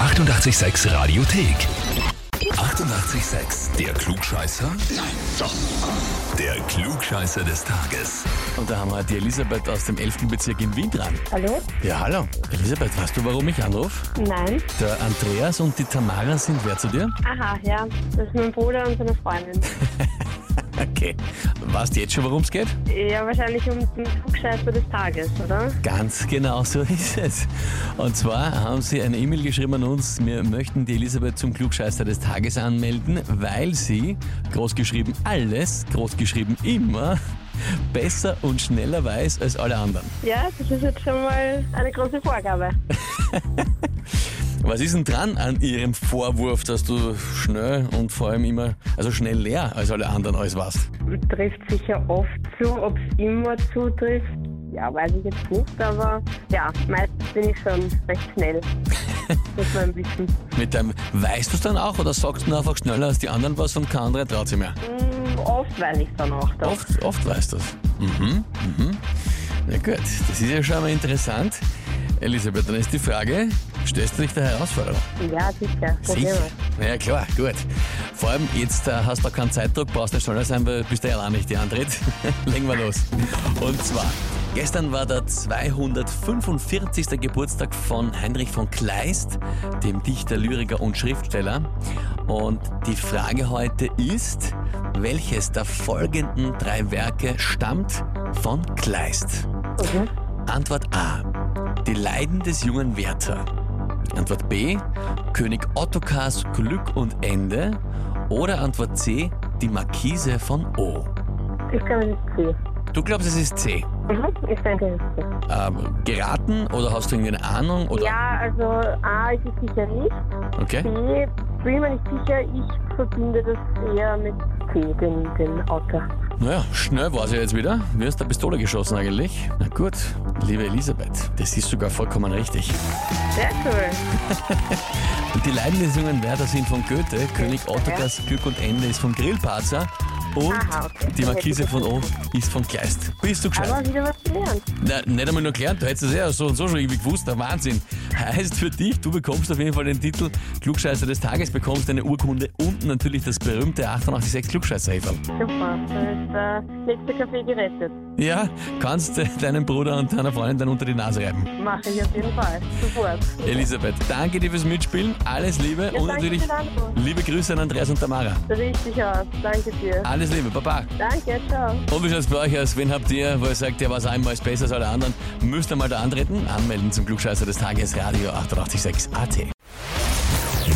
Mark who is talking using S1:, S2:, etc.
S1: 886 Radiothek. 88,6. Der Klugscheißer? Nein, doch. Der Klugscheißer des Tages.
S2: Und da haben wir die Elisabeth aus dem 11. Bezirk in Wien dran.
S3: Hallo?
S2: Ja, hallo. Elisabeth, weißt du, warum ich anrufe?
S3: Nein.
S2: Der Andreas und die Tamara sind wer zu dir?
S3: Aha, ja. Das ist mein Bruder und seine Freundin.
S2: Okay. Weißt du jetzt schon, worum es geht?
S3: Ja, wahrscheinlich um den Flugscheißer des Tages, oder?
S2: Ganz genau so ist es. Und zwar haben sie eine E-Mail geschrieben an uns, wir möchten die Elisabeth zum Klugscheißer des Tages anmelden, weil sie, großgeschrieben alles, großgeschrieben immer, besser und schneller weiß als alle anderen.
S3: Ja, das ist jetzt schon mal eine große Vorgabe.
S2: Was ist denn dran an ihrem Vorwurf, dass du schnell und vor allem immer, also schnell leer als alle anderen alles warst?
S3: Trifft sicher oft zu, ob es immer zutrifft. Ja, weiß ich jetzt nicht, aber ja, meistens bin ich schon recht schnell. Muss man wissen.
S2: Mit deinem, weißt du es dann auch oder sagst du einfach schneller als die anderen was und kein anderer traut sich mehr?
S3: Hm, oft weiß ich dann auch doch.
S2: Oft, oft weiß das. Mhm, mhm. Na gut, das ist ja schon mal interessant. Elisabeth, dann ist die Frage, stellst du dich der Herausforderung?
S3: Ja, sicher. Probieren wir.
S2: Na ja, klar, gut. Vor allem jetzt äh, hast du auch keinen Zeitdruck, brauchst nicht schneller sein, weil du bist ja allein nicht die Antritt. Legen wir los. Und zwar, gestern war der 245. Geburtstag von Heinrich von Kleist, dem Dichter, Lyriker und Schriftsteller. Und die Frage heute ist, welches der folgenden drei Werke stammt von Kleist?
S3: Okay.
S2: Antwort A. Die Leiden des jungen Werther. Antwort B. König Ottokars Glück und Ende. Oder Antwort C. Die Markise von O.
S3: Ich glaube, das ist C.
S2: Du glaubst, es ist C.
S3: Mhm, ich denke, das ist C.
S2: Ähm, geraten oder hast du irgendeine Ahnung? Oder?
S3: Ja, also A ist es sicher nicht. B,
S2: Okay.
S3: bin mir nicht sicher, ich verbinde das eher mit C, den, den Autor.
S2: Naja, schnell war sie jetzt wieder. Wie aus der Pistole geschossen eigentlich? Na gut, liebe Elisabeth, das ist sogar vollkommen richtig.
S3: Sehr cool.
S2: Die Leiden des jungen Werther sind von Goethe, König Ottokars Glück und Ende ist von Grillparzer und
S3: Aha, okay.
S2: die Markise von O ist von Kleist. Bist du gescheit?
S3: Aber wieder was gelernt.
S2: Na, nicht einmal nur gelernt, du hättest es ja so und so schon irgendwie gewusst, der Wahnsinn. Heißt für dich, du bekommst auf jeden Fall den Titel Klugscheißer des Tages, bekommst eine Urkunde und natürlich das berühmte 886 klugscheißer -Häferl.
S3: Super. Dann ist der nächste Kaffee gerettet.
S2: Ja, kannst äh, deinem Bruder und deiner Freundin dann unter die Nase reiben.
S3: Mache ich auf jeden Fall. Sofort.
S2: Elisabeth, danke dir fürs Mitspielen, alles Liebe
S3: Ja,
S2: und
S3: danke
S2: natürlich
S3: für den Anruf.
S2: liebe Grüße an Andreas und Tamara.
S3: Richtig aus. Danke dir.
S2: Alles Liebe, Baba.
S3: Danke, ciao.
S2: Und wie schaut's bei euch aus? Wen habt ihr, wo ihr sagt, der war's einmal besser als alle anderen? Müsst ihr mal da antreten? Anmelden zum Klugscheißer des Tages, Radio 886 AT.